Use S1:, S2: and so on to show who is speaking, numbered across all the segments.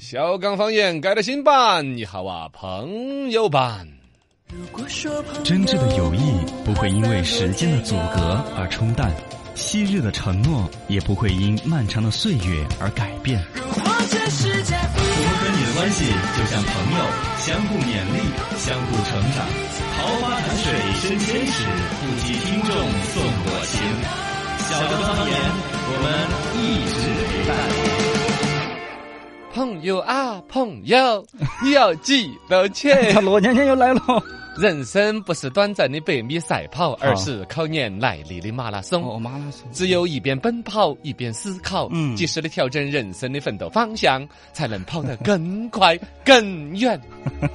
S1: 小刚方言改了新版，你好啊，朋友版。
S2: 真挚的友谊不会因为时间的阻隔而冲淡，昔日的承诺也不会因漫长的岁月而改变。我们和你的关系就像朋友，相互勉励，相互成长。桃花潭水深千尺，不及听众送我情。小刚方言，我们一直陪伴。
S1: 朋友啊，朋友，你要记得 去。
S2: 罗娘娘又 来了。
S1: 哦人生不是短暂的百米赛跑，而
S2: 好
S1: 是考验耐力的马拉松。
S2: 我妈拉松。
S1: 只有一边奔跑一边思考，
S2: 哦嗯
S1: 及时的调整人生的奋斗方向，才能跑得更 快更远。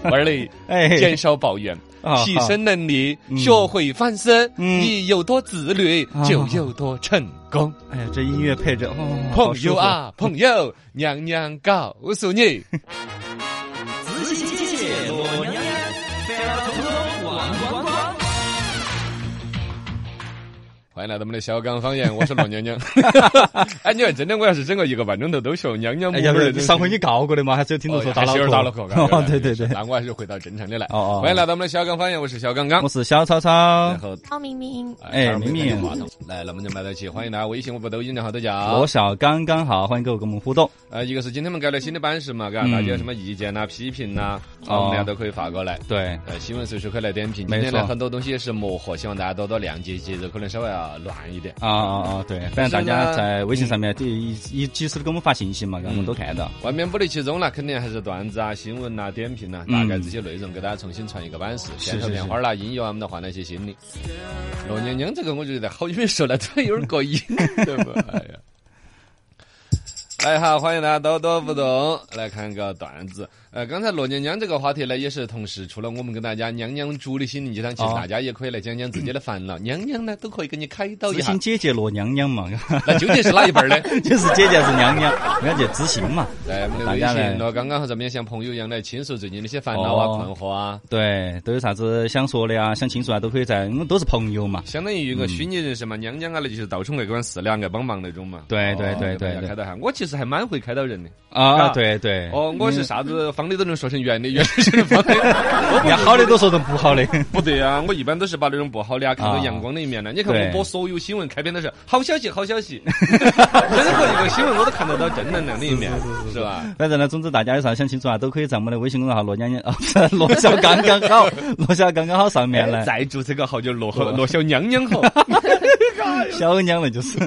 S1: 玩累，
S2: 哎
S1: 减少抱怨
S2: 啊，
S1: 提升能力，学会反思，
S2: 嗯
S1: 你有多自律
S2: 啊，
S1: 就有多成功。
S2: 哎呀，这音乐配着，哦、好
S1: 朋
S2: 舒
S1: 友
S2: 服，
S1: 啊，朋友，娘娘告诉你，
S2: 仔细谢谢罗娘娘，飞儿匆匆玩光光。
S1: 欢迎来到我们的小刚方言，我是老娘 娘。哎，你看，真的，我要是整个一个半钟头都学娘娘
S2: 哎
S1: 母
S2: 呀，不
S1: 儿
S2: 是
S1: 的，
S2: 上回你告过的嘛，还是有听众说
S1: 哦还是有点
S2: 脑
S1: 打 脑壳，
S2: 哦，对对对，
S1: 那我还是回到正常的来。
S2: 哦哦
S1: 欢迎来到我们的小刚方言，我是小刚刚
S2: 我。是小超
S1: 然
S2: 超，
S1: 后，
S3: 高明明，
S2: 哎
S1: 上面
S2: 明
S1: 那个
S2: 明
S1: 话筒来，那么就买得起，欢迎大家微信、微博、抖音账号都
S2: 罗
S1: 叫。
S2: 小刚刚好，欢迎各位跟我们互动。
S1: 呃，一个是今天我们改了新的版式嘛，嘎，
S2: 嗯
S1: 大家有什么意见呐、批评呐，啊
S2: 哦
S1: 我们俩都可以发过来。
S2: 对，
S1: 呃，新闻随时可以来点评。
S2: 没
S1: 今
S2: 错
S1: 天呢，很多东西也是磨合，希望大家多多谅解，节奏可能稍微要乱一点。
S2: 啊啊啊，对，反
S1: 但
S2: 正大
S1: 是
S2: 家
S1: 呢
S2: 在嗯微信上面第一一及时的给我们发信息嘛，让我们都看到。
S1: 外面不离其中了，肯定还是段子啊、新闻啊、点评啊，
S2: 嗯
S1: 大概这些内容给大家重新传一个版式。
S2: 是
S1: 剪头
S2: 是
S1: 片
S2: 是
S1: 花啦、音乐啊，我们都换了一些新的。罗娘娘这个我觉得好久没说了，突然有点过 瘾，对不？哎呀。来哈，欢迎大家多多互动，来看个段子。呃，刚才罗娘娘这个话题呢，也是同时除了我们跟大家娘娘煮的心灵鸡汤，其实
S2: 哦
S1: 大家也可以来讲讲自己的烦恼，娘娘呢都可以给你开导一
S2: 知
S1: 下
S2: 心。姐姐罗娘娘嘛，
S1: 那究竟是哪一辈儿呢？
S2: 就是姐姐还是娘娘，人家就知心嘛。
S1: 来，我们的
S2: 大
S1: 微
S2: 家
S1: 信哦
S2: 来
S1: 咯，刚刚和咱们也像朋友一样来倾诉最近的一些烦恼啊、
S2: 哦
S1: 困惑啊，
S2: 对，都有啥子想说的啊，想倾诉啊，都可以在，我们都是朋友嘛。
S1: 相当于一个虚拟人生嘛，娘娘啊，那就是到处爱管事，两爱帮忙那种嘛。
S2: 对对
S1: 哦
S2: 对
S1: 吧
S2: 对
S1: 要
S2: 对
S1: 开导哈，我其实还蛮会开导人的。
S2: 啊，
S1: 啊
S2: 对对。
S1: 哦，我是啥子方的都能说成圆的，圆的说 成方的。我
S2: 人家好的都说成不好的。
S1: 不对啊，我一般都是把那种不好的啊看到
S2: 啊
S1: 阳光的一面的。你看我
S2: 对
S1: 播所有新闻开篇都是好消息，好消 息，任何一个新闻我都看得到正能量的一面，是吧？
S2: 反正呢，总之大家有啥想清楚啊，都可以在我们的微信公众号“罗娘 娘”啊，不是罗小刚刚好，罗小刚刚好上面来，
S1: 再注册个号就落后落小娘娘号。
S2: 小娘们就是，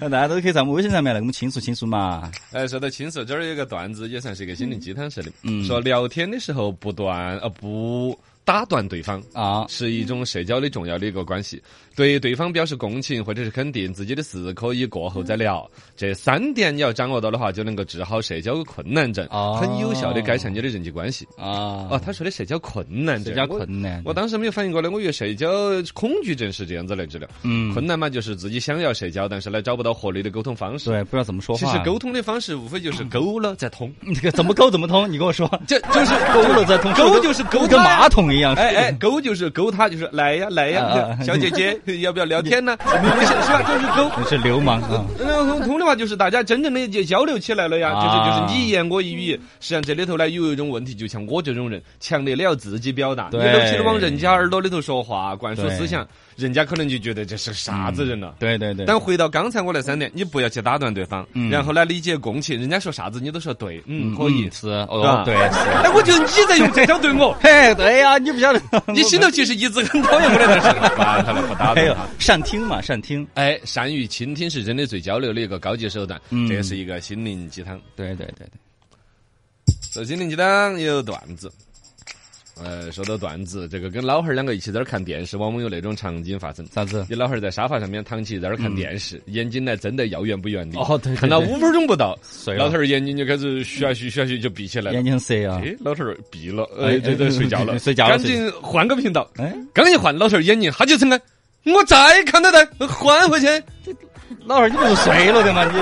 S2: 大家都可以在我们微信上面来给我们倾诉倾诉嘛。
S1: 哎，说到亲属，这儿有个段子，也算是一个心灵鸡汤式的。说聊天的时候不断呃不打断对方。
S2: 啊，
S1: 是一种社交的重要的一个关系，对对方表示共情或者是肯定，自己的事可以过后再聊。这三点你要掌握到的话，就能够治好社交困难症，
S2: 哦
S1: 很有效的改善你的人际关系。哦，
S2: 啊，
S1: 他说的社交困难症，
S2: 比较
S1: 我
S2: 困难。
S1: 我当时没有反应过来，我以为社交恐惧症是这样子来治疗。
S2: 嗯，
S1: 困难嘛，就是自己想要社交，但是呢找不到合理的沟通方式。
S2: 对，不知道怎么说
S1: 其
S2: 话。
S1: 实沟通的方式无非就是勾了再通，
S2: 你这个 怎么勾怎么通？你跟 我说，
S1: 这嗯就是
S2: 勾了再通，
S1: 勾就是勾
S2: 勾跟
S1: 它呀
S2: 马桶一样。
S1: 哎哎，勾就是勾他，就是来呀来呀
S2: 啊，
S1: 小姐 姐要不要聊天呢？你们是 是吧？就是勾。
S2: 你是流氓啊！
S1: 那通通的话就是大家真正的就交流起来了呀，就是
S2: 啊
S1: 就是你一言我一语。实际上这里头呢有一种问题，就像我这种人，强烈的要自己表达，你
S2: 对
S1: 老去往人家耳朵里头说话，灌输
S2: 对
S1: 思想，人家可能就觉得这是啥子人了。
S2: 对对对，
S1: 但回到刚才我那三点，你不要去打断对方，
S2: 嗯
S1: 然后呢理解共情，人家说啥子你都说对，嗯，
S2: 嗯
S1: 可以
S2: 嗯。是哦，
S1: 对
S2: 对
S1: 哎，
S2: 是。
S1: 我觉得你在用这招对我，
S2: 嘿，对呀，你不晓得，
S1: 你心头其实一直很讨厌我的，但 是管他了，不打
S2: 还
S1: 断
S2: 有
S1: 他。
S2: 善听嘛，善听。
S1: 哎，善于倾听是人类最交流的一个高级手段，
S2: 嗯
S1: 这也是一个心灵鸡汤。
S2: 对对对
S1: 这心灵鸡汤也有段子。呃，说到段子，这个跟老汉儿两个一起在那儿看电视，往往有那种场景发生。
S2: 啥子？嗯
S1: 你老汉儿在沙发上面躺起，在那儿看电视，眼睛呢睁得要圆不圆的。
S2: 哦对对
S1: 看到
S2: 对哎
S1: 五分钟不到，
S2: 睡了
S1: 老头儿眼睛就开始嘘啊嘘嘘啊嘘就闭起来了
S2: 眼。睛色啊！
S1: 哎，老头儿闭了，
S2: 哎
S1: 呃，对对，
S2: 哎
S1: 睡觉了，
S2: 睡觉了
S1: 赶紧换个频道。
S2: 哎，
S1: 刚一换，老头儿眼睛哈就睁开，我再看到他换回去。
S2: 老二，你不是睡了的吗？你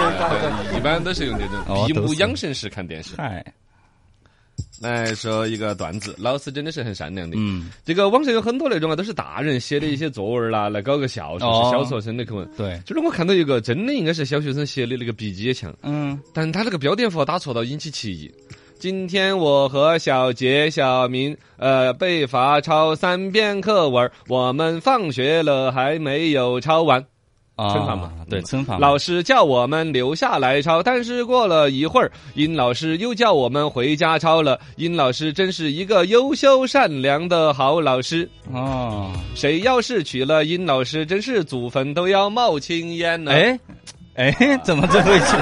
S1: 对一般都是用这种
S2: 哦
S1: 闭目
S2: 都是
S1: 养神式看电视。
S2: 嗨，
S1: 来说一个段子，老师真的是很善良的。
S2: 嗯，
S1: 这个网上有很多那种啊，都是大人写的一些作文啦，来搞个笑，说
S2: 哦
S1: 是小学生的课文。
S2: 对，
S1: 就是我看到一个真的应该是小学生写的那个笔记也强，
S2: 嗯，
S1: 但他那个标点符号打错到引起歧义。今天我和小杰、小明，呃，被罚抄三遍课文儿，我们放学了还没有抄完。
S2: 啊，
S1: 村法嘛
S2: 对，村法嘛，
S1: 老师叫我们留下来抄，但是过了一会儿，殷老师又叫我们回家抄了。殷老师真是一个优秀善良的好老师，
S2: 哦，
S1: 谁要是娶了殷老师，真是祖坟都要冒青烟呢、
S2: 哎，哎，怎么这回事？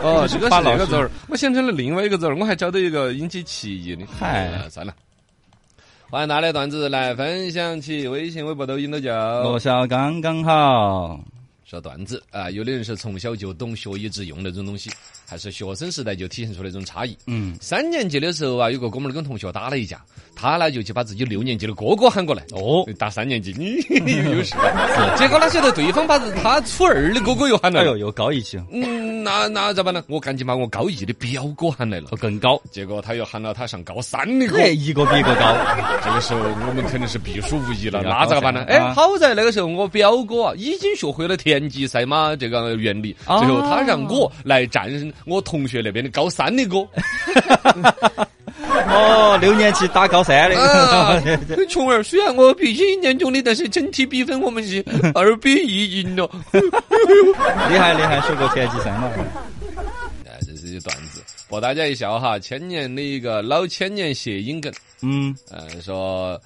S1: 哦，这个
S2: 发
S1: 是
S2: 老
S1: 那个
S2: 师
S1: 字儿，我想成了另外一个字儿，我还找到一个引起歧义的。
S2: 嗨
S1: 哎算了。欢迎拿来段子来分享起，微信、微博、抖音都叫
S2: 罗小刚刚好，
S1: 说段子啊。有的人是从小就懂学以致用那种东西，还是学生时代就体现出那种差异。
S2: 嗯，
S1: 三年级的时候啊，有个哥们儿跟同学打了一架，他呢就去把自己六年级的哥哥喊过来。
S2: 哦，
S1: 打三年级， 你有优势了。结果哪晓得对方把他初二的哥哥又喊来
S2: 哎
S1: 了。
S2: 呦，有高一些，
S1: 嗯，那那咋办呢？我赶紧把我高一的表哥喊来了
S2: 哦，更高，
S1: 结果他又喊了他上高三的歌。
S2: 这一个比一个高，
S1: 这个时候我们肯定是必输无疑了，
S2: 对啊
S1: 那咋办呢？
S2: 高三
S1: 哎
S2: 啊，
S1: 好在那个时候我表哥啊已经学会了田忌赛马这个原理，
S2: 哦
S1: 最后他让我来战我同学那边的高三的歌。
S2: 哦，六年级打高三
S1: 啊
S2: 的，，
S1: 琼儿，虽然我比一年中的，但是整体比分我们是二比一赢了。
S2: 厉害厉害，学过田忌赛马，
S1: 哎，这是一段子，博大家一笑哈，千年的一个老千年谐音梗。
S2: 嗯，
S1: 嗯，说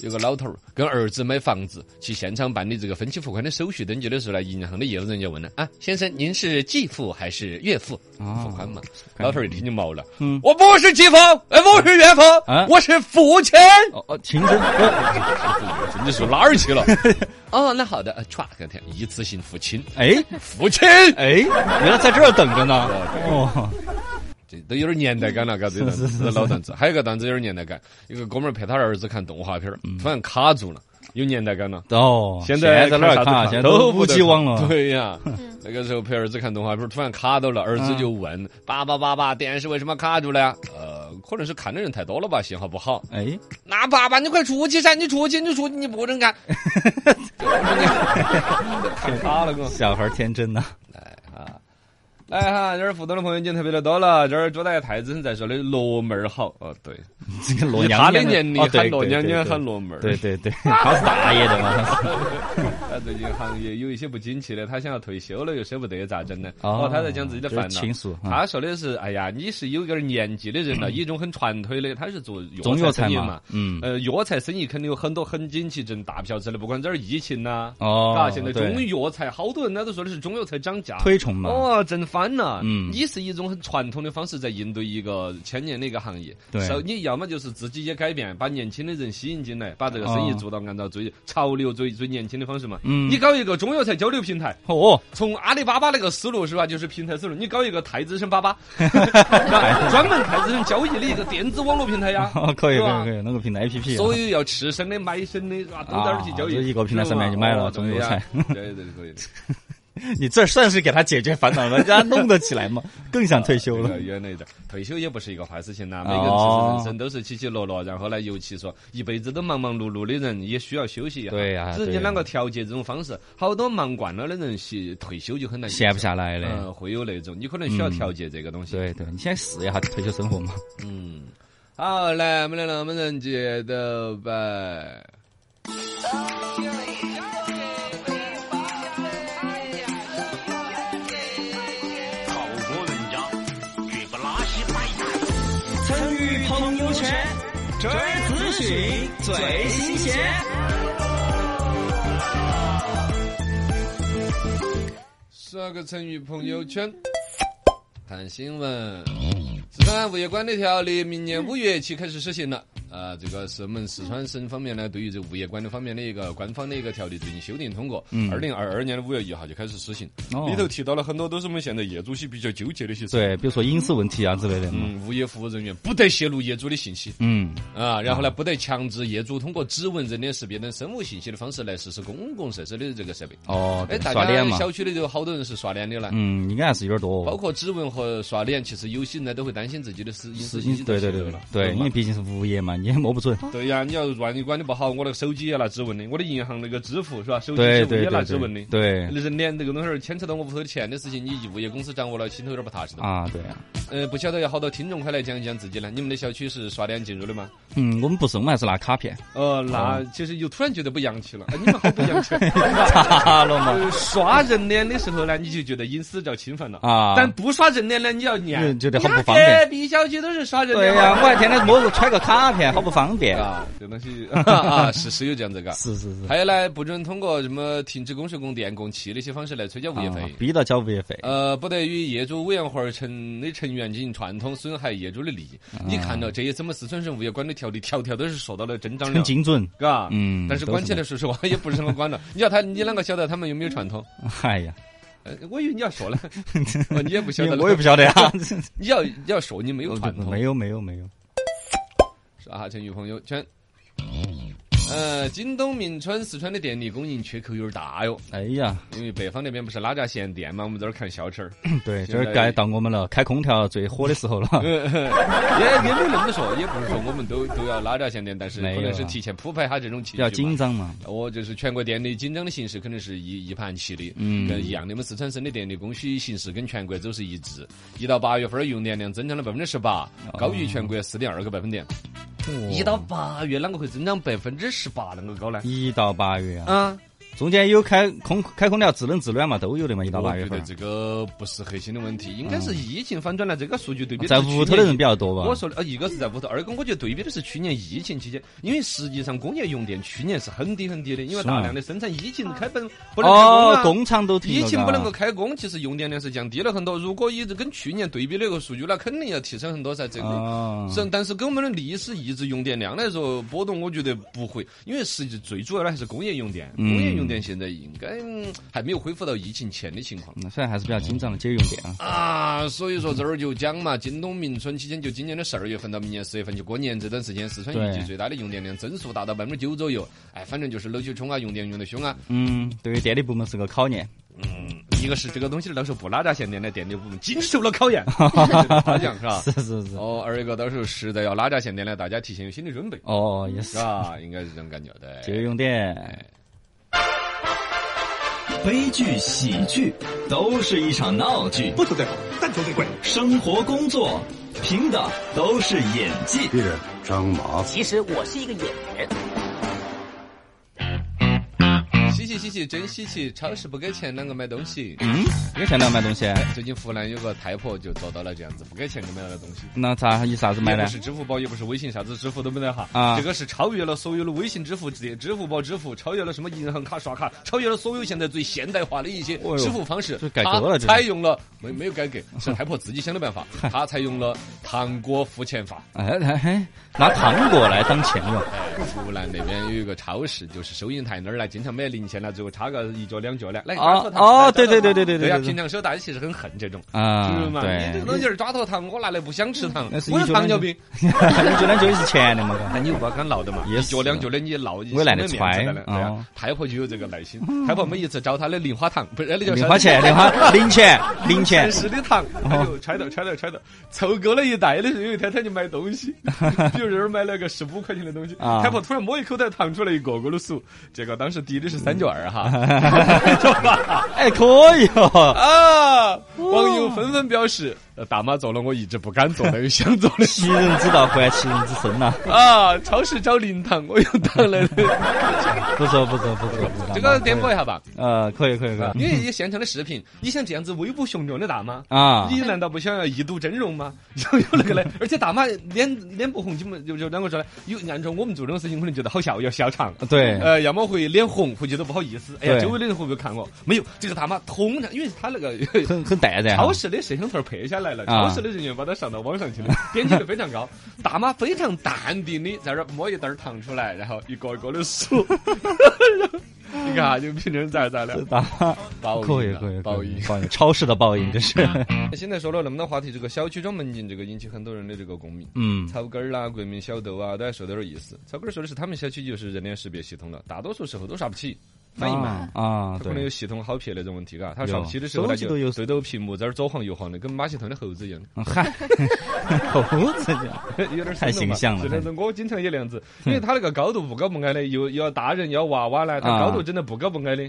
S1: 有个老头儿跟儿子买房子，去现场办理这个分期付款的手续登记的时候呢，银行的业务人员问了啊，先生您是继父还是岳父？
S2: 哦
S1: 付款嘛，老头儿一听就毛了，
S2: 嗯
S1: 我不是继父，哎，我是岳父，
S2: 啊
S1: 我是父亲。
S2: 哦哦，亲生，呃
S1: 你说哪儿 去了？哦，那好的，呃歘，两天一次性付清，
S2: 哎
S1: 父 亲，
S2: 哎，原来在这儿等着呢，哦，
S1: 这都有点年代感了，嘎，这段子这老段子。还有一个段子有点年代感，有个哥们儿陪他儿子看动画片儿，
S2: 嗯
S1: 突然卡住了，有年代感了。
S2: 哦，
S1: 现在
S2: 在哪
S1: 啥
S2: 儿
S1: 子
S2: 看啊？现在
S1: 都
S2: 五 G 网了，嗯
S1: 对 呀，那个时候陪儿子看动画片，突然卡到了，儿子就问：“爸爸，爸爸，电视为什么卡住了呀？”呃，可能是看的人太多了吧，信号不好。
S2: 哎，
S1: 那爸爸，你快出去噻，你出去，你出去，你不准看。 看卡了，哥。
S2: 小孩儿天真 呐，
S1: 啊。来哈，这儿互动的朋友已经特别的多了。这儿朱大爷太子在说的罗妹儿好，哦对，
S2: 这个罗
S1: 以
S2: 娘
S1: 他的
S2: 娘
S1: 年龄
S2: 哦对
S1: 喊罗
S2: 对
S1: 娘
S2: 对
S1: 娘
S2: 对
S1: 喊罗妹儿，
S2: 对对 对，他是大爷的 嘛。
S1: 他最近行业有一些不景气的，他想要退休了又舍不得，咋整呢？
S2: 哦
S1: 哦，他在讲自己的
S2: 就是
S1: 烦恼。
S2: 倾诉啊
S1: 他说的是，哎呀，你是有点年纪的人了，一种很传统的，他是做
S2: 中
S1: 药
S2: 药
S1: 材
S2: 材
S1: 生意
S2: 嘛，。嗯，
S1: 呃，药材生意肯定有很多很景气、挣大票子的，不管这儿疫情呐，
S2: 哦
S1: 嘎，，现在中
S2: 对，
S1: 药材好多人呢都说的是中药材涨价，
S2: 推崇嘛，
S1: 哦，挣翻了！
S2: 嗯
S1: 你是一种很传统的方式在应对一个千年的一个行业。
S2: 对
S1: 所以你要么就是自己也改变，把年轻的人吸引进来，把这个生意
S2: 哦
S1: 做到按照最潮流、最最年轻的方式嘛。
S2: 嗯
S1: 你搞一个中药材交流平台，
S2: 哦，
S1: 从阿里巴巴那个思路是吧？就是平台思路，你搞一个太子参巴 巴，专门太子参交易的一个电子网络平台呀。
S2: 哦 可以
S1: 是
S2: 可
S1: 吧
S2: 以可以，弄个平台 APP，
S1: 所有要吃生的、买生的，啊，都在那儿去交易。
S2: 啊就一个平台上面就买了中
S1: 药
S2: 药材。
S1: 对对对，
S2: 你这算是给他解决烦恼了，让他弄得起来 嘛，更想退休
S1: 这
S2: 了
S1: 个。原来的退休也不是一个坏事情呐，
S2: 哦
S1: 每个人其实人生都是起起落落，然后呢，尤其说一辈子都忙忙碌碌的人，也需要休息一下。
S2: 对啊呀
S1: 只是
S2: 对
S1: 你
S2: 呀
S1: 啷个调节这种方式？好多忙惯了的人，是退休就很难
S2: 闲不下来
S1: 来
S2: 嘞，
S1: 嗯，会有那种，你可能需要
S2: 嗯
S1: 调节这个东西。
S2: 对对，你先试一下退休生活嘛。
S1: 嗯，好嘞，我们来浪漫人节的呗。
S3: 好国人家，绝不拉稀摆烂。
S4: 参与朋友圈，这儿资讯最新鲜。
S1: 刷个成语朋友圈，看新闻。四川物业管理条例明年五月起开始实行了。啊，这个是我们四川省方面呢，对于这物业管理方面的一个官方的一个条例，最近修订通过，二零二二年的五月一号就开始施行。
S2: 嗯哦
S1: 里头提到了很多都是我们现在业主些比较纠结的一些事。
S2: 对，比如说隐私问题啊之类的嘛。
S1: 嗯，物业服务人员不得泄露业主的信息
S2: 嗯，
S1: 啊，然后呢，不得强制业主通过指纹、人脸识别等生物信息的方式来实施公共设施的这个设备。
S2: 哦，
S1: 哎，
S2: 对
S1: 大
S2: 刷脸
S1: 家
S2: 嘛。
S1: 小区里头好多人是刷脸的了。
S2: 嗯，应该还是有点
S1: 包
S2: 多。
S1: 括指纹和刷脸，其实有些人呢都会担心自己的私隐私信息
S2: 对
S1: 泄
S2: 对
S1: 露
S2: 对对
S1: 了，
S2: 对，
S1: 吧
S2: 因为毕竟是物业嘛，你也摸不准。
S1: 对呀，你要万一管理不好，我那个手机也拿指纹的，我的银行那个支付是吧？手机
S2: 对
S1: 支付
S2: 对
S1: 也拿
S2: 对
S1: 指纹的
S2: 对，。对
S1: 人脸这个东西儿牵扯到我屋头的钱的事情，你物业公司掌握了，心头有点不踏实的。
S2: 啊，对啊。
S1: 呃，不晓得有好多听众快来讲一讲自己呢？你们的小区是刷脸进入的吗？
S2: 嗯，我们不是，我们还是拿卡片。
S1: 呃，
S2: 啊
S1: 那就是又突然觉得不洋气了。哎你们好不洋气！
S2: 咋了嘛？
S1: 呃刷人脸的时候呢，你就觉得隐私遭侵犯了
S2: 啊
S1: 但不刷人脸呢，你要念，
S2: 嗯觉得很不方便
S1: 隔壁小区都是刷人
S2: 对
S1: 脸
S2: 呀、
S1: 好
S2: 我还天天摸个揣个卡片，好不方便。
S1: 啊，这东西啊，是是有这样子嘎。
S2: 是是是。
S1: 还有呢，不准通过什么停止供水、供电、供气的一些方式来催缴物业费
S2: 啊。逼到交物业费。
S1: 呃，不得与业主委员会儿成的成员进行串通，损害业主的利益。
S2: 啊
S1: 你看到这也怎么四川省物业管理条例条条都是说到了真章
S2: 很
S1: 了，
S2: 精准。
S1: 嘎。
S2: 嗯
S1: 啊但是管起来，说实话也不是很管了。 你要他，你啷个晓得他们有没有串通？
S2: 哎呀，
S1: 呃我以为你要 说了，哦你也不晓
S2: 因
S1: 得
S2: 为
S1: 了。
S2: 我也不晓得呀、
S1: 你要你要说你没有传
S2: 啊。
S1: 统，
S2: 没有没有没有，
S1: 是啊，陈宇朋友圈。呃，京东、汶川、四川的电力供应缺口有点大哟，
S2: 哎呀，
S1: 因为北方那边不是拉闸限电嘛，我们在这儿看消息儿，
S2: 对，
S1: 现
S2: 这
S1: 在嗯
S2: 儿该到我们了，开空调最火的时候了。
S1: 也也没有那么说，也不是说我们 都都要拉闸限电，但是
S2: 没有
S1: 可
S2: 啊
S1: 能是提前铺排下这种情绪
S2: 比较
S1: 吧
S2: 紧张嘛，
S1: 我就是全国电力紧张的形势，肯定是一一盘棋的，
S2: 嗯
S1: 跟一样的。我们四川省的电力供需形势跟全国走势一致，一到八月份儿用电量增长了百分之十八，
S2: 哦
S1: 高于全国四点二个百分点。一到八月啷个会增长百分之十八那个高呢？
S2: 一到八月啊，
S1: 啊，
S2: 中间有开空开空调制冷制暖嘛，都有的嘛，一到
S1: 我
S2: 八月
S1: 觉得
S2: 份。
S1: 这个不是核心的问题，应该是疫情反转了。这个数据对比
S2: 啊在
S1: 是去
S2: 屋头的
S1: 年
S2: 人比较多吧？啊
S1: 我说的呃，一个是在屋头，二个我觉得对比的是去年疫情期间，因为实际上工业用电去年是很低很低的，因为
S2: 是吗
S1: 大量的生产疫情开本不能开工
S2: 哦
S1: 啊，。
S2: 工厂都停
S1: 疫
S2: 了
S1: 情
S2: 嘎
S1: 不能够开工，其实用电量是降低了很多。如果以这跟去年对比的一个数据，那肯定要提升很多噻。这个，
S2: 哦，
S1: 是，但是跟我们的历史一直用电量来说，波动我觉得不会，因为实际最主要的还是工业用电。
S2: 嗯
S1: 工业用电现在应该嗯还没有恢复到疫情前的情况。
S2: 嗯虽然还是比较紧张的，节约用电啊。
S1: 啊，所以说这儿就讲嘛，京东明春期间，就今年的十二月份到明年十月份，就过年这段时间，四川预计
S2: 对
S1: 最大的用电量增速达到百分之九左右。哎，反正就是楼区冲啊，用电用得凶啊。
S2: 嗯，对于电力部门是个考验。
S1: 嗯，一个是这个东西到时候不拉闸限电的电力部门经受了考验，他讲是吧？
S2: 是是是。
S1: 哦，二一个到时候实在要拉闸限电了，大家提前有心理准备，
S2: 哦，也
S1: 是
S2: 是
S1: 吧？应该是这种感觉的。
S2: 节约用电。
S1: 哎
S5: 悲剧、喜剧，都是一场闹剧。不求最好，但求最贵。生活、工作，凭的都是演技。
S6: 艺人张麻子，
S7: 其实我是一个演员。
S1: 稀奇稀奇，真稀奇！超市不给钱，啷个买东西？
S2: 嗯，有钱了买东西，啊
S1: 最近湖南有个太婆就做到了这样子，不给钱就买了东西。
S2: 那咋以啥子买
S1: 也
S2: 呢
S1: 不？是支付宝，也不是微信，啥子支付都没得哈。
S2: 啊
S1: 这个是超越了所有的微信支付、支支付宝支付，超越了什么银行卡、刷卡，超越了所有现在最现代化的一些
S2: 哦哟
S1: 支付方式。
S2: 这改革
S1: 它
S2: 了这是
S1: 采用了没没有改革，是太婆自己想的办 法。他采用了糖果付钱法。
S2: 哎哎哎，拿糖果来当钱用。
S1: 湖南那边有一个超市，就是收银台那儿来，经常买零钱了，最后差个一角两角的。来，
S2: 哦
S1: 拿颗糖吃来
S2: 哦对
S1: 找到
S2: 对对对对
S1: 对呀，
S2: 对对
S1: 平常时候大家其实很恨这种。是不
S2: 啊
S1: 是，嘛？你这
S2: 对
S1: 个，东西儿抓头糖，我拿来不想吃糖
S2: 那是，
S1: 我有
S2: 一九
S1: 糖
S2: 零
S1: 尿病。
S2: 你觉得这 就是钱的嘛？
S1: 那啊你又不要跟闹的嘛，
S2: 也
S1: 一脚
S2: 是
S1: 两脚的你闹，你
S2: 我也懒得
S1: 心里面子
S2: 揣
S1: 的了对
S2: 哦
S1: 呀。太婆就有这个耐心，太婆每一次找她的零花
S2: 嗯
S1: 糖，不是那叫
S2: 零 花钱，零花零钱，零钱
S1: 城。市的糖，
S2: 哦
S1: 她就哎揣到揣到揣到，凑够了一袋的时候，有一天她就买东 西，比如这儿买了个十五块钱的东西，
S2: 啊
S1: 太婆突然摸一口袋糖出来一个个的数，结果当时抵的是三角二哈，知道 吧？
S2: 哎，可以哦，
S1: 啊！网友纷纷表示，呃大妈做了我一直不敢做的又想做 的事
S2: 其人之道还其人之身呐、
S1: 啊！超市找零糖，我用糖 来的，
S2: 不错不错不错不错。
S1: 这个点播一下吧。
S2: 呃，可以可以可
S1: 因
S2: 以
S1: 为现场的视频，你想这样子威武雄壮的大妈，
S2: 啊
S1: 你难道不想要一睹真容吗？ 就有那个嘞，而且大妈脸脸不红，基本就就啷个说呢？有按照我们做这种事情，可能觉得好笑，要笑场。
S2: 对
S1: 呃，要么会脸红，会觉得不好意思。哎呀，
S2: 对
S1: 周围的人会不会看我？没有，这个大妈通常，因为她那个
S2: 很很淡然。
S1: 超市的摄像头拍下来了，
S2: 啊
S1: 超市的人员把它上到网上去 了，点击率非常高。大妈非常淡定的在这儿摸一袋儿糖出来，然后一个一个的数。 你看啊，就平常咋咋的，
S2: 打
S1: 报
S2: 可以
S1: 应啊
S2: 可以，
S1: 报应。
S2: 报应，超市的报应，这 是，
S1: 现在说了那么多话题，这个小区装门禁这个引起很多人的这个共鸣。
S2: 嗯，
S1: 草根儿啦、国民小豆啊，都还说点儿意思。草根儿说的是他们小区就是人脸识别系统了，大多数时候都刷不起，反应慢。
S2: 啊，
S1: 他可能
S2: 对
S1: 有，系统好撇那种问题，嘎，他刷不起的时
S2: 有
S1: 候，
S2: 手
S1: 他
S2: 机
S1: 就
S2: 都有
S1: 对着屏幕在那儿左晃右晃的，跟马戏团的猴子一样，
S2: 嗯嗨， 猴子家，
S1: 有点儿
S2: 太
S1: 生动
S2: 形嗯
S1: 嘛
S2: 象了
S1: 是那种我经常也那样子，因为他那个高度不高不矮的，又又要大人要娃娃呢，他
S2: 啊
S1: 高度真的不高不矮的。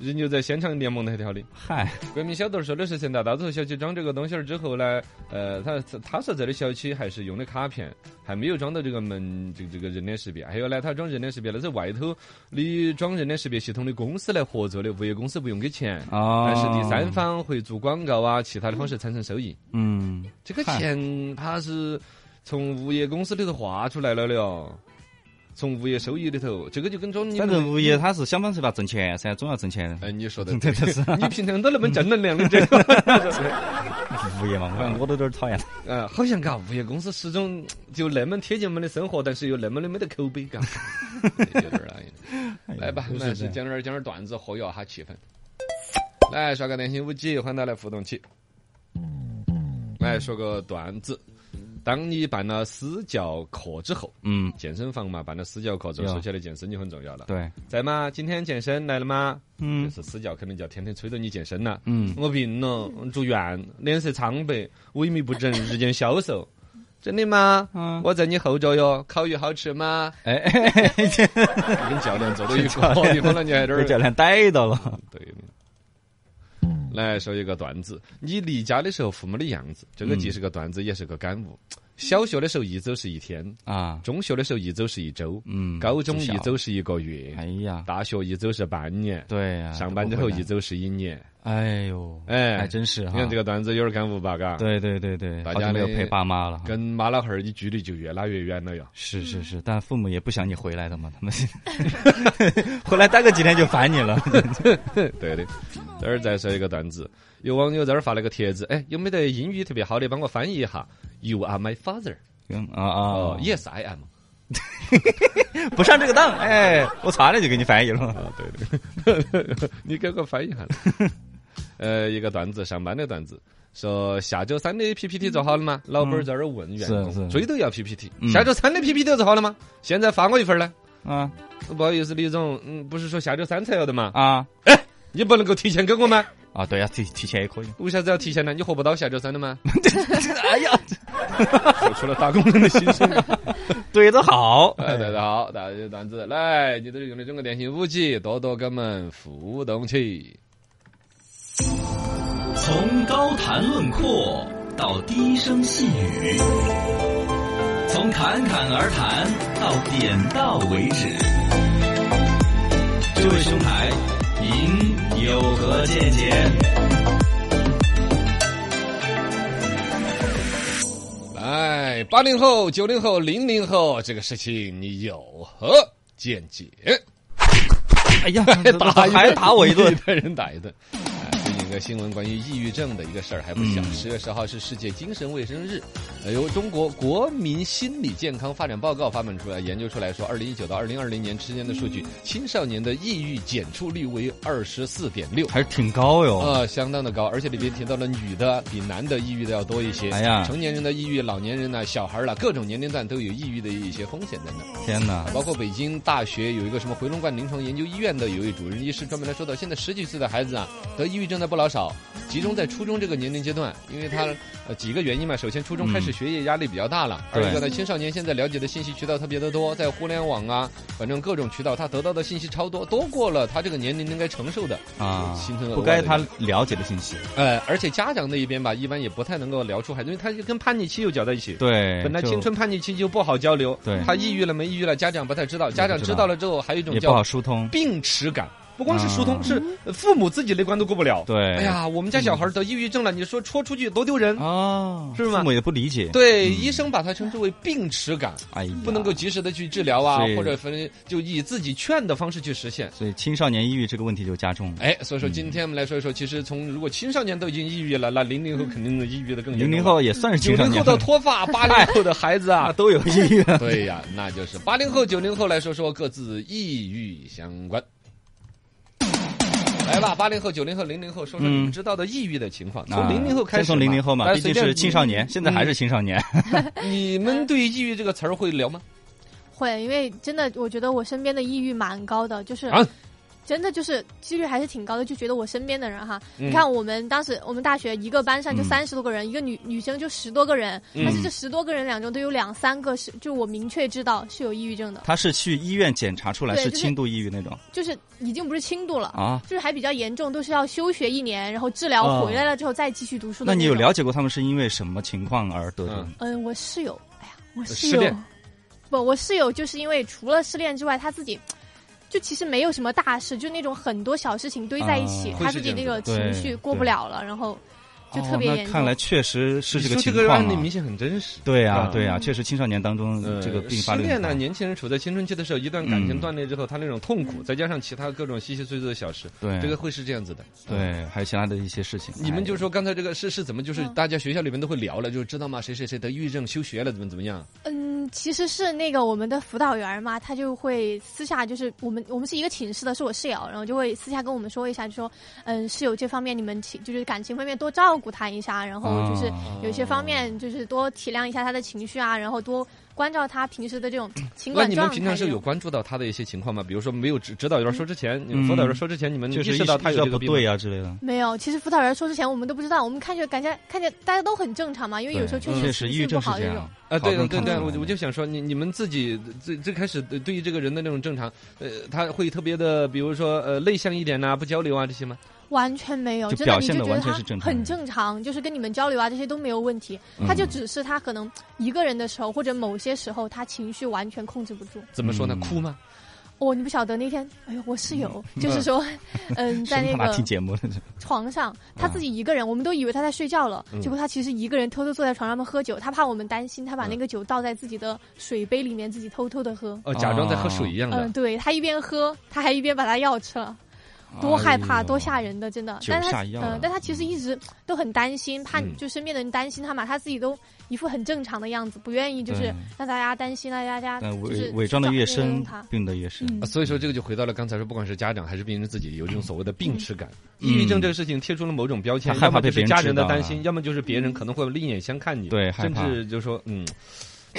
S1: 人就在现场联盟那条的，
S2: 嗨，
S1: 国民小豆说的是现在大多数小区装这个东西儿之后呢，呃，他他所在的小区还是用的卡片，还没有装到这个门这个这个人脸识别。还有呢，他装人脸识别那是外头你装人脸识别系统的公司来合作的，物业公司不用给钱。
S2: 哦，
S1: 但是第三，方会做广告啊，其他的方式产生收益。
S2: 嗯，
S1: 这个钱它是从物业公司里头划出来了的哦，从物业收益里头，这个就跟装你
S2: 反
S1: 们
S2: 正物业他是想方设法挣钱噻，总要挣钱，
S1: 哎，你说的
S2: 这
S1: 对，
S2: 这是
S1: 你平常都那么正能量的 这个，
S2: 物业嘛，反正我都有点讨厌。
S1: 呃，好像嘎，物业公司始终就那么贴近我们的生活，但是又那么的没得口碑，嘎，有点儿那样。来吧，那是讲点儿讲点儿段子，活跃下气氛。来刷个电信五 G，欢迎大家来互动起。来说个段子，当你办了私教课之后，
S2: 嗯，
S1: 健身房嘛，办了私教课之后，
S2: 有
S1: 说起来健身就很重要了。
S2: 对，
S1: 在吗？今天健身来了吗？就
S2: 嗯
S1: 是私教肯定就要天天催着你健身了。
S2: 嗯，
S1: 我病了，住院，脸色苍白，萎靡不振，日渐消瘦。 真的吗？
S2: 嗯
S1: 我在你后座哟。烤鱼好吃吗？
S2: 哎 哎哎，
S1: 你跟教练坐到一
S2: 教
S1: 个
S2: 练
S1: 地方了，你还在这
S2: 被
S1: 儿
S2: 教练逮到了。
S1: 对的。来说一个段子，你离家的时候父母的样子，这个
S2: 嗯
S1: 既是个段子，也是个感悟。小学的时候一周是一天，
S2: 啊，
S1: 中学的时候一周是一周，
S2: 嗯，
S1: 高中一
S2: 周，
S1: 周是一个月，
S2: 哎啊呀，
S1: 大学一周是半年，
S2: 对呀，
S1: 上班之后一周是一年。
S2: 哎呦，
S1: 哎
S2: 还真是
S1: 你
S2: 哈，
S1: 看这个段子有点感悟吧？嘎，
S2: 对啊对对对，
S1: 大
S2: 好
S1: 家
S2: 久没有
S1: 呢
S2: 陪爸妈了哈。
S1: 跟妈老汉儿，你距离就越拉越远了哟。
S2: 是是是，但父母也不想你回来的嘛，他们 回来待个几天就烦你了。
S1: 对的，这儿再说一个段子，有网友在这儿发了个帖子，哎，有没得英语特别好的帮我翻译一下？You are my father。
S2: 嗯啊啊
S1: 哦，，Yes I am。
S2: 不上这个当，哎，我查了就给你翻译了。
S1: 啊，对的，你给我翻译 下来。呃，一个段子，上班的段子，说下周三的 PPT 做好了吗？老板儿在这儿问员
S2: 是是
S1: 工，追都要 PPT
S2: 嗯。
S1: 下周三的 PPT 做好了吗？现在发我一份儿呢。
S2: 啊
S1: 不好意思，李总，嗯，不是说下周三才要的嘛？
S2: 啊
S1: 你不能够提前给我吗？
S2: 啊！对呀，提提前也可以。
S1: 为啥子要提前呢？你活不到下周三的 吗？
S2: 哎呀，
S1: 说出了打工人的心声。
S2: 对的好，
S1: 哎，大家好，大家段子来，你都是用的中国电信五 G，多多跟我们互动起。
S5: 从高谈论阔到低声细语，从侃侃而谈到点到为止。这位兄台，您有何见解？
S1: 来，八零后、九零后、零零后，这个事情你有何见解？
S2: 哎呀，
S1: 打一顿，
S2: 还打我一顿
S1: 被人打一顿。哎最近有个新闻关于抑郁症的一个事儿还不小。
S2: 嗯
S1: 十、月十号是世界精神卫生日，呃由中国国民心理健康发展报告发表出来研究出来说，二零一九到二零二零年之间的数据，
S2: 嗯
S1: 青少年的抑郁检出率为二十四点六。
S2: 还是挺高哟。
S1: 呃，相当的高，而且里边提到了女的比男的抑郁的要多一些。
S2: 哎呀
S1: 成年人的抑郁、老年人呢、小孩儿啦，各种年龄段都有抑郁的一些风险在那。
S2: 天哪，
S1: 包括北京大学有一个什么回龙观临床研究医院的有一主任医师专门来说到，现在十几岁的孩子啊得抑郁症的不老少，集中在初中这个年龄阶段，因为他呃几个原因嘛，首先初中开始学业压力比较大了，
S2: 对
S1: 二一个呢青少年现在了解的信息渠道特别的多，在互联网啊，反正各种渠道他得到的信息超多，多过了他这个年龄应该承受的
S2: 啊
S1: 形成了
S2: 不
S1: 额外
S2: 该
S1: 的
S2: 他
S1: 压力
S2: 了解的信息。
S1: 呃，而且家长那一边吧，一般也不太能够聊出孩子，因为他就跟叛逆期又搅在一起。
S2: 对，
S1: 本来
S2: 就
S1: 青春叛逆期就不好交流，
S2: 对
S1: 他抑郁了没抑郁了，家长不太知道，家长
S2: 知
S1: 知
S2: 道
S1: 道了之后，还有一种
S2: 也不好
S1: 叫
S2: 疏通
S1: 病耻感，不光是疏通，是父母自己那关都过不了。
S2: 对
S1: 哎呀，我们家小孩得抑郁症了，你说戳出去多丢人。
S2: 啊，嗯
S1: 是吗
S2: 父母也不理解，，
S1: 对，医生把它称之为病耻感，
S2: 哎呀，
S1: 不能够。及时的去治疗啊
S2: 是，
S1: 或者分就以自己劝的方式去实现。
S2: 所以青少年抑郁这个问题就加重了。
S1: 哎，所以说今天我们来说一说，其实从如果青少年都已经抑郁了，那零零后肯定抑郁的更严重
S2: 零零后也算是
S1: 九
S2: 青少
S1: 零
S2: 年
S1: 后
S2: 了，
S1: 的脱发，八零后的孩子啊
S2: 啊，都有抑郁了。
S1: 对呀，那就是八零后、九零后来说说各自抑郁相关。来吧，八零后、九零后、零零后，说说你们
S2: 嗯
S1: 知道的抑郁的情况。
S2: 啊
S1: 从零零后开始嘛，
S2: 先从零零后嘛，
S1: 来
S2: 毕竟
S1: 随
S2: 是
S1: 便
S2: 青少年，
S1: 你
S2: 现在还是青少年。
S1: 你们对抑郁这个词儿会聊吗？
S6: 会，因为真的，我觉得我身边的抑郁蛮高的，就是、
S1: 啊
S6: 真的就是几率还是挺高的，就觉得我身边的人哈，
S1: 嗯
S6: 你看我们当时我们大学一个班上就
S2: 嗯
S6: 三十多个人，一个女女生就十多个人，
S1: 嗯
S6: 但是这十多个人两中都有两三个是，就我明确知道是有抑郁症的，
S2: 他是去医院检查出来
S6: 对
S2: 是
S6: 就是
S2: 轻度抑郁那种
S6: 就是已经不是轻度了。
S2: 啊？
S6: 就是还比较严重，都是要休学一年，然后治疗
S2: 哦
S6: 回来了之后再继续读书的
S2: 那你有
S6: 种
S2: 了解过他们是因为什么情况而得的
S1: 嗯？
S6: 嗯，我室友，哎呀，
S2: 呃
S6: 我室
S1: 失
S6: 友
S1: 恋，
S6: 不，我室友就是因为除了失恋之外，他自己就其实没有什么大事，就那种很多小事情堆在一起，
S2: 啊
S1: 会
S6: 他
S1: 是
S6: 自己
S1: 这
S6: 那
S1: 样
S6: 个
S2: 子的
S6: 情
S2: 对
S6: 绪过不
S2: 对
S6: 了了，然后就特别
S2: 哦那
S6: 严重。
S2: 看来确实是这个
S1: 你说
S2: 情
S1: 这个
S2: 况
S1: 案例
S2: 啊
S1: 明。显很真实。
S2: 对啊
S1: 嗯，
S2: 对啊，确实青少年当中
S1: 呃
S2: 这个病发
S1: 失
S2: 率
S1: 恋
S2: 很
S1: 呢，
S2: 高。
S1: 年轻人处在青春期的时候，一段感情
S2: 嗯
S1: 断裂之后，他那种痛苦，再加上其他各种稀稀碎碎的小事，
S2: 对
S1: 这个会是这样子的。
S2: 对，还有其他的一些事情。
S1: 你们就
S2: 哎
S1: 说刚才这个是是怎么，就是
S6: 嗯
S1: 大家学校里面都会聊了，就是知道吗？谁谁谁得抑郁症休学了，怎么怎么样？
S6: 嗯，其实是那个我们的辅导员嘛，他就会私下就是我们我们是一个寝室的，是我室友，然后就会私下跟我们说一下，就说嗯室友这方面你们情就是感情方面多照顾他一下，然后就是
S2: 啊
S6: 有些方面就是多体谅一下他的情绪啊，然后多关照他平时的这种
S2: 嗯
S6: 情
S1: 那
S6: 感
S1: 你们
S6: 状态这
S1: 平常
S6: 种。
S1: 是有关注到他的一些情况吗？比如说没有指指导员说之前，你们辅导员说之前，你们
S2: 就
S1: 意
S2: 是
S1: 识到他
S2: 嗯意识
S1: 有
S2: 到
S1: 这个
S2: 不
S1: 病嗯
S2: 对
S1: 吗
S2: 啊之类的。
S6: 没有，其实辅导员说之前我们都不知道，我们看着感觉看着大家都很正常嘛，因为有时候
S2: 对
S6: 确
S2: 确
S6: 实
S2: 实
S6: 情
S2: 抑郁
S6: 绪不
S2: 症是
S6: 好
S2: 这
S6: 这种。
S2: 样。
S1: 啊，对
S2: 好多人
S1: 对
S2: 看
S1: 对，
S2: 出来
S1: 我就我就想说，你你们自己最最开始对于这个人的那种正常，呃，他会特别的，比如说呃内向一点呐、不交流啊这些吗？
S6: 完全没有，
S2: 就
S6: 真
S2: 表
S6: 的你
S2: 现
S6: 就
S2: 得
S6: 觉得
S2: 完全
S6: 他
S2: 是正常
S6: 很
S2: 人嗯
S6: 正常，就是跟你们交流啊这些都没有问题。他就只是他可能一个人的时候，或者某些时候他情绪完全控制不住。
S1: 怎么说呢？
S2: 嗯
S1: 哭吗？
S6: 哦，你不晓得那天，哎呦，我室友就是说， 嗯，在
S2: 嗯生
S6: 那
S2: 怕他
S6: 个
S2: 听节目了，
S6: 床上，他
S2: 嗯
S6: 自己一个人，我们都以为他在睡觉了，结果他其实一个人偷偷坐在床上面喝酒，他怕我们担心，他把那个酒倒在自己的水杯里面，自己偷偷的喝。
S1: 哦，假装在喝水一样的。
S6: 嗯，对他一边喝，他还一边把他药吃了。多害怕，多吓！人的，真的。
S2: 哎酒
S6: 但他
S2: 吓一，跳
S6: 嗯，但他其实一直都很担心，怕
S1: 嗯
S6: 就身边的人担心他嘛，他自己都一副很正常的样子，不愿意就是
S2: 对
S6: 让大家担心，让大家
S2: 但
S6: 就
S2: 嗯伪
S6: 是
S2: 伪装的越
S6: 去找那个
S2: 深
S6: 弄他，
S2: 病的越深。
S6: 嗯
S1: 啊，所以说这个就回到了刚才说，不管是家长还是病人自己，有这种所谓的病耻感、
S2: 嗯
S1: 抑郁症这个事情贴出了某种标签，
S2: 他害
S1: 要
S2: 怕
S1: 么就
S2: 被别
S1: 是
S2: 人
S1: 家人的
S2: 知道
S1: 担
S2: 啊
S1: 心，要么就是别人可能会另眼相看你，
S2: 对害
S1: 甚
S2: 怕
S1: 至就说嗯，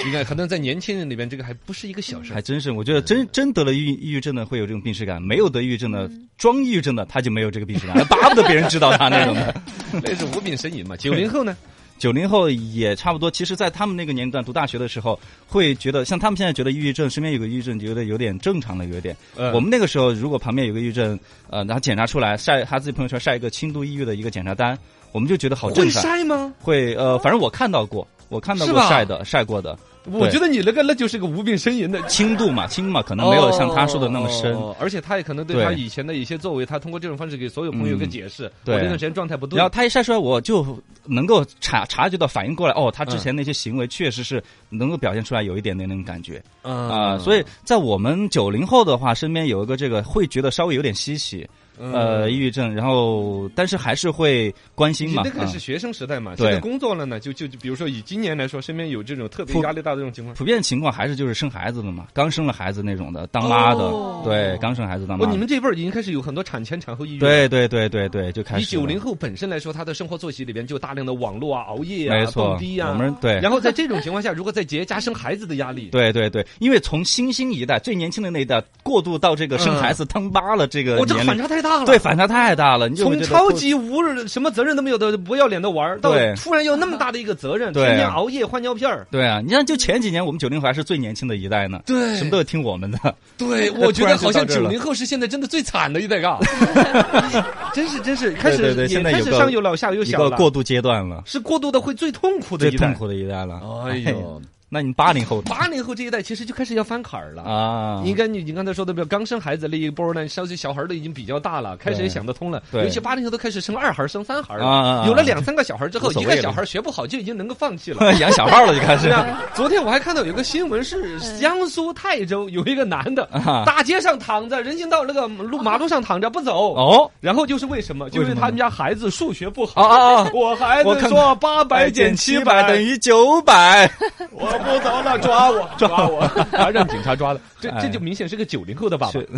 S1: 你看，可能在年轻人里边，这个还不是一个小事儿
S2: 还。真是，我觉得真真得了抑抑郁症的会有这种病耻感，没有得抑郁症的，装抑郁症的他就没有这个病耻感，巴不得别人知道他那种的。
S1: 那是无病呻 吟嘛。九零后呢，
S2: 九零后也差不多，其实，在他们那个年龄段读大学的时候，会觉得像他们现在觉得抑郁症，身边有个抑郁症，觉得有点正常的，有点。
S1: 呃
S2: 我们那个时候，如果旁边有个抑郁症，呃，然后检查出来晒他自己朋友圈晒一个轻度抑郁的一个检查单，我们就觉得好正
S1: 会
S2: 常。
S1: 晒吗？
S2: 会呃，反正我看到过，我看到
S1: 是
S2: 过
S1: 吧
S2: 晒的晒过的
S1: 我觉得你那个那就是个无病呻吟的。
S2: 轻度嘛，轻嘛，可能没有像他说的那么深。
S1: 哦而且他也可能对他
S2: 对
S1: 以前的一些作为，他通过这种方式给所有朋友一个解释。
S2: 对
S1: 我这段时间状态不对
S2: 然后，他一晒出来，我就能够察察觉到、反应过来，哦，他之前那些行为确实是能够表现出来有一点点那种感觉
S1: 嗯
S2: 啊、所以在我们九零后的话，身边有一个这个会觉得稍微有点稀奇，
S1: 嗯
S2: 呃，抑郁症，然后但是还是会关心
S1: 你
S2: 嘛
S1: 那，个
S2: 啊
S1: 是学生时代嘛，
S2: 对
S1: 现在工作了呢，就就就比如说以今年来说，身边有这种特别
S2: 普
S1: 压力大的这种情况。
S2: 普遍情况还是就是生孩子的嘛，刚生了孩子那种的，当妈的，
S6: 嗯
S1: 哦
S2: 对，刚生孩子当
S1: 哦，
S2: 妈的
S1: 你们这辈儿已经开始有很多产前产后抑郁了。
S2: 啊对对对对对，就开
S1: 以
S2: 始了
S1: 九零后本身来说，他的生活作息里边就大量的网络啊、熬夜啊、
S2: 没错
S1: 蹦迪，啊。
S2: 我们对
S1: 然后在这种情况下，如果再结加生孩子的压力，
S2: 对对对，因为从新兴一代最年轻的那一代过渡到这个生孩子当妈了这个
S1: 嗯我这个
S2: 年
S1: 反
S2: 龄，
S1: 差太大了。
S2: 对反差太大了，你就会
S1: 从
S2: 觉得
S1: 超
S2: 过
S1: 级无什么责任都没有的不要脸的玩儿，到
S2: 对
S1: 突然有那么大的一个责任，
S2: 对啊
S1: 天天熬夜换尿片儿。
S2: 对啊，你像就前几年我们九零后还是最年轻的一代呢，
S1: 对
S2: 什么都要听我们的，
S1: 对，
S2: 那
S1: 我觉
S2: 突
S1: 得
S2: 然就
S1: 好像
S2: 到这儿
S1: 九
S2: 了
S1: 零后是现在真的最惨的一代啊！ 真是真是，开
S2: 对
S1: 始
S2: 对对，
S1: 也
S2: 现在
S1: 开
S2: 有
S1: 始
S2: 个
S1: 上有老下有
S2: 一
S1: 小
S2: 个
S1: 了，
S2: 过渡阶段了，
S1: 是过渡的会最痛苦的
S2: 最
S1: 一代
S2: 痛。苦的一代了。
S1: 哎呦，
S5: 那你八零后呢
S1: 八零后这一代其实就开始要翻坎儿了。
S5: 啊，
S1: 应该你你刚才说的，比如刚生孩子那一波呢，稍微小孩儿都已经比较大了，开始也想得通了。
S5: 对
S1: 尤其八零后都开始生二孩儿、生三孩儿
S5: 啊啊
S1: 了
S5: 啊，
S1: 有了两三个小孩儿之后
S5: 无，所
S1: 一
S5: 谓了
S1: 个小孩儿学不好就已经能够放弃了。
S5: 养小号了就开始
S1: 对啊，昨天我还看到有个新闻是江苏泰州有一个男的
S5: 啊，
S1: 大街上躺着，人行道那个路马路上躺着不走。
S5: 哦，
S1: 然后就是为什么？就是
S5: 为什么
S1: 他们家孩子数学不好
S5: 啊啊啊
S1: 我孩
S5: 我
S1: 子
S5: 看
S1: 说八百减七
S5: 七
S1: 百
S5: 等于九百，
S1: 我不走了，抓我，抓 我，还让警察抓了。这
S5: 哎
S1: 这就明显是个九零后的爸爸
S5: 是，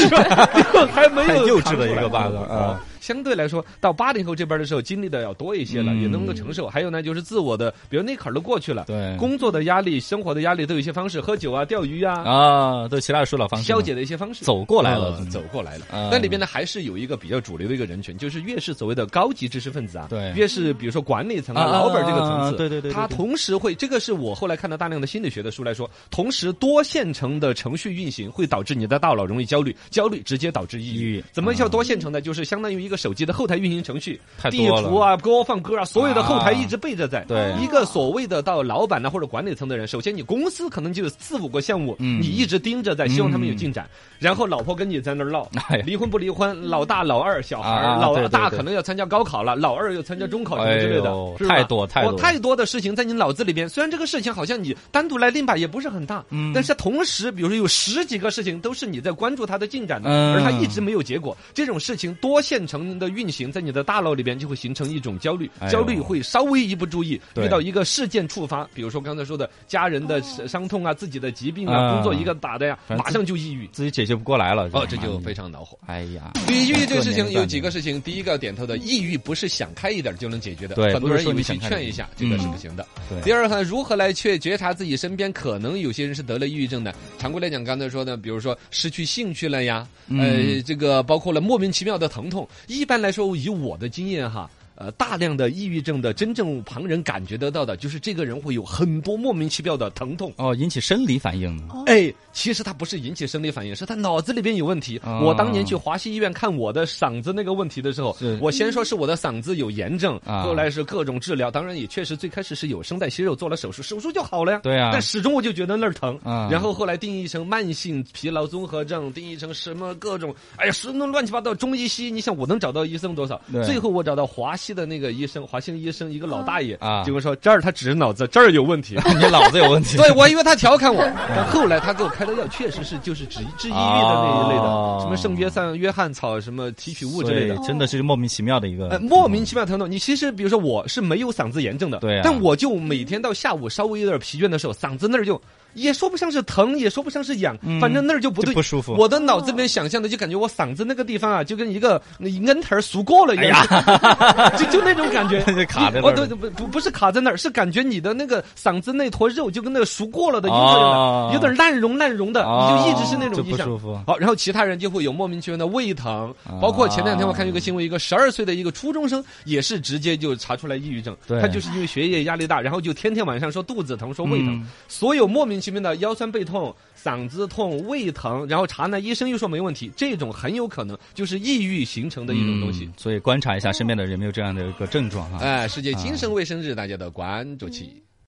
S1: 是吧？这 还没
S5: 太
S1: 有
S5: 幼稚
S1: 扛
S5: 的
S1: 出
S5: 一
S1: 来嗯
S5: 个爸爸啊。
S1: 相对来说，到八零后这边的时候，经历的要多一些了，
S5: 嗯
S1: 也能够承受。还有呢，就是自我的，比如那坎儿都过去了，
S5: 对
S1: 工作的压力、生活的压力都有一些方式，喝酒啊、钓鱼啊，
S5: 啊，都其他的疏导方式，
S1: 消解的一些方式。
S5: 走过来了
S1: 呃，走过来了。
S5: 嗯
S1: 那里边呢，还是有一个比较主流的一个人群，就是越是所谓的高级知识分子啊，
S5: 对
S1: 越是比如说管理层啊、
S5: 啊
S1: 老板这个层
S5: 啊
S1: 次，
S5: 对对对对
S1: 他
S5: 对
S1: 同时会，这个是我后来看到大量的心理学的书来说，同时多线程的程序运行会导致你的大脑容易焦虑，焦虑直接导致抑
S5: 抑
S1: 郁
S5: 郁。
S1: 怎么叫多线程呢？就是相当于一个手机的后台运行程序，
S5: 太
S1: 地
S5: 多了
S1: 图啊、播放歌啊，所有的后台
S5: 啊
S1: 一直背着在。
S5: 对
S1: 一个所谓的到老板呢啊或者管理层的人，首先你公司可能就有四五个项目，
S5: 嗯
S1: 你一直盯着在，希望他们有
S5: 嗯
S1: 进。进展，然后老婆跟你在那儿闹
S5: 哎呀，
S1: 离婚不离婚，老大老二小孩儿，
S5: 啊
S1: 老
S5: 对对
S1: 大
S5: 对
S1: 可能要参加高考了，老二又参加中考什么之类
S5: 哎
S1: 的
S5: 呦，
S1: 是吧
S5: 太多太多
S1: 我太多的事情在你脑子里边。虽然这个事情好像你单独来拎吧也不是很大，
S5: 嗯
S1: 但是同时，比如说有十几个事情都是你在关注它的进展的，
S5: 嗯
S1: 而它一直没有结果。这种事情多线程的运行在你的大脑里边就会形成一种焦虑
S5: 哎，呦
S1: 焦虑会稍微一不注意，
S5: 对
S1: 遇到一个事件触发，比如说刚才说的家人的伤痛啊、自己的疾病啊、
S5: 哦嗯
S1: 工作一个打的呀，
S5: 反正嗯
S1: 马上就抑郁。
S5: 自己解决不过来了，
S1: 哦，这就非常恼火。
S5: 哎呀，
S1: 抑郁这个事情有几个事情，第一个点头的，抑郁不是想开一点就能解决的，
S5: 对
S1: 很多
S5: 不
S1: 人
S5: 是
S1: 以
S5: 说
S1: 为
S5: 你
S1: 去
S5: 想开嗯
S1: 劝一下，这个是不行的。
S5: 对
S1: 第二个呢，如何来去觉察自己身边可能有些人是得了抑郁症的？常规来讲，刚才说的，比如说失去兴趣了呀，呃，
S5: 嗯
S1: 这个包括了莫名其妙的疼痛。一般来说，以我的经验哈。呃，大量的抑郁症的真正旁人感觉得到的，就是这个人会有很多莫名其妙的疼痛，
S5: 哦，引起生理反应呢，
S1: 哎，其实他不是引起生理反应，是他脑子里边有问题。
S5: 哦
S1: 我当年去华西医院看我的嗓子那个问题的时候
S5: 是，
S1: 我先说是我的嗓子有炎症，
S5: 啊
S1: 后来是各种治疗，当然也确实最开始是有声带息肉，做了手术，手术就好了呀。
S5: 对啊
S1: 但始终我就觉得那儿疼，
S5: 啊
S1: 然后后来定义成慢性疲劳综合症，定义成什么各种，哎呀，什么乱七八糟，中医西医，你想我能找到医生多少？
S5: 对
S1: 最后我找到华西的那个医生，华兴医生一个老大爷，
S5: 啊
S1: 结果说这儿他只是脑子，这儿有问题。
S5: 你脑子有问题，
S1: 对，我以为他调侃 我，但后来他给我开的药确实是就是治治抑郁的那一类的
S5: 哦，
S1: 什么圣约翰约翰草什么提取物之类的
S5: 所以。真的是莫名其妙的一个
S1: 呃，，莫名其妙疼痛。你其实比如说我是没有嗓子炎症的，
S5: 对啊
S1: 但我就每天到下午稍微有点疲倦的时候，嗓子那儿就也说不上是疼，也说不上是痒，
S5: 嗯
S1: 反正那儿就不对
S5: 就不舒服
S1: 我的脑子里面想象的就感觉我嗓子那个地方啊，就跟一个恩头儿熟过了一样， 就就那种感觉
S5: 哎 就卡在那儿
S1: 哦，对，不不不是卡在那儿，是感觉你的那个嗓子那坨肉就跟那个熟过了的一样
S5: 哦
S1: 的，有点烂溶烂溶的，
S5: 哦
S1: 你就一直是那种
S5: 就
S1: 印
S5: 不
S1: 象
S5: 舒服。哦
S1: 好，然后其他人就会有莫名其妙的胃疼，包括前两天我看有个新闻，一个十二岁的一个初中生也是直接就查出来抑郁症，
S5: 对
S1: 他就是因为学业压力大，然后就天天晚上说肚子疼，说胃疼，
S5: 嗯
S1: 所有莫名其妙的腰酸背痛、嗓子痛、胃疼，然后查呢，医生又说没问题，这种很有可能就是抑郁形成的一种东西。
S5: 嗯所以观察一下身边的人有没有这样的一个症状哈。啊
S1: 哎，世界精神卫生日，大家的关注起。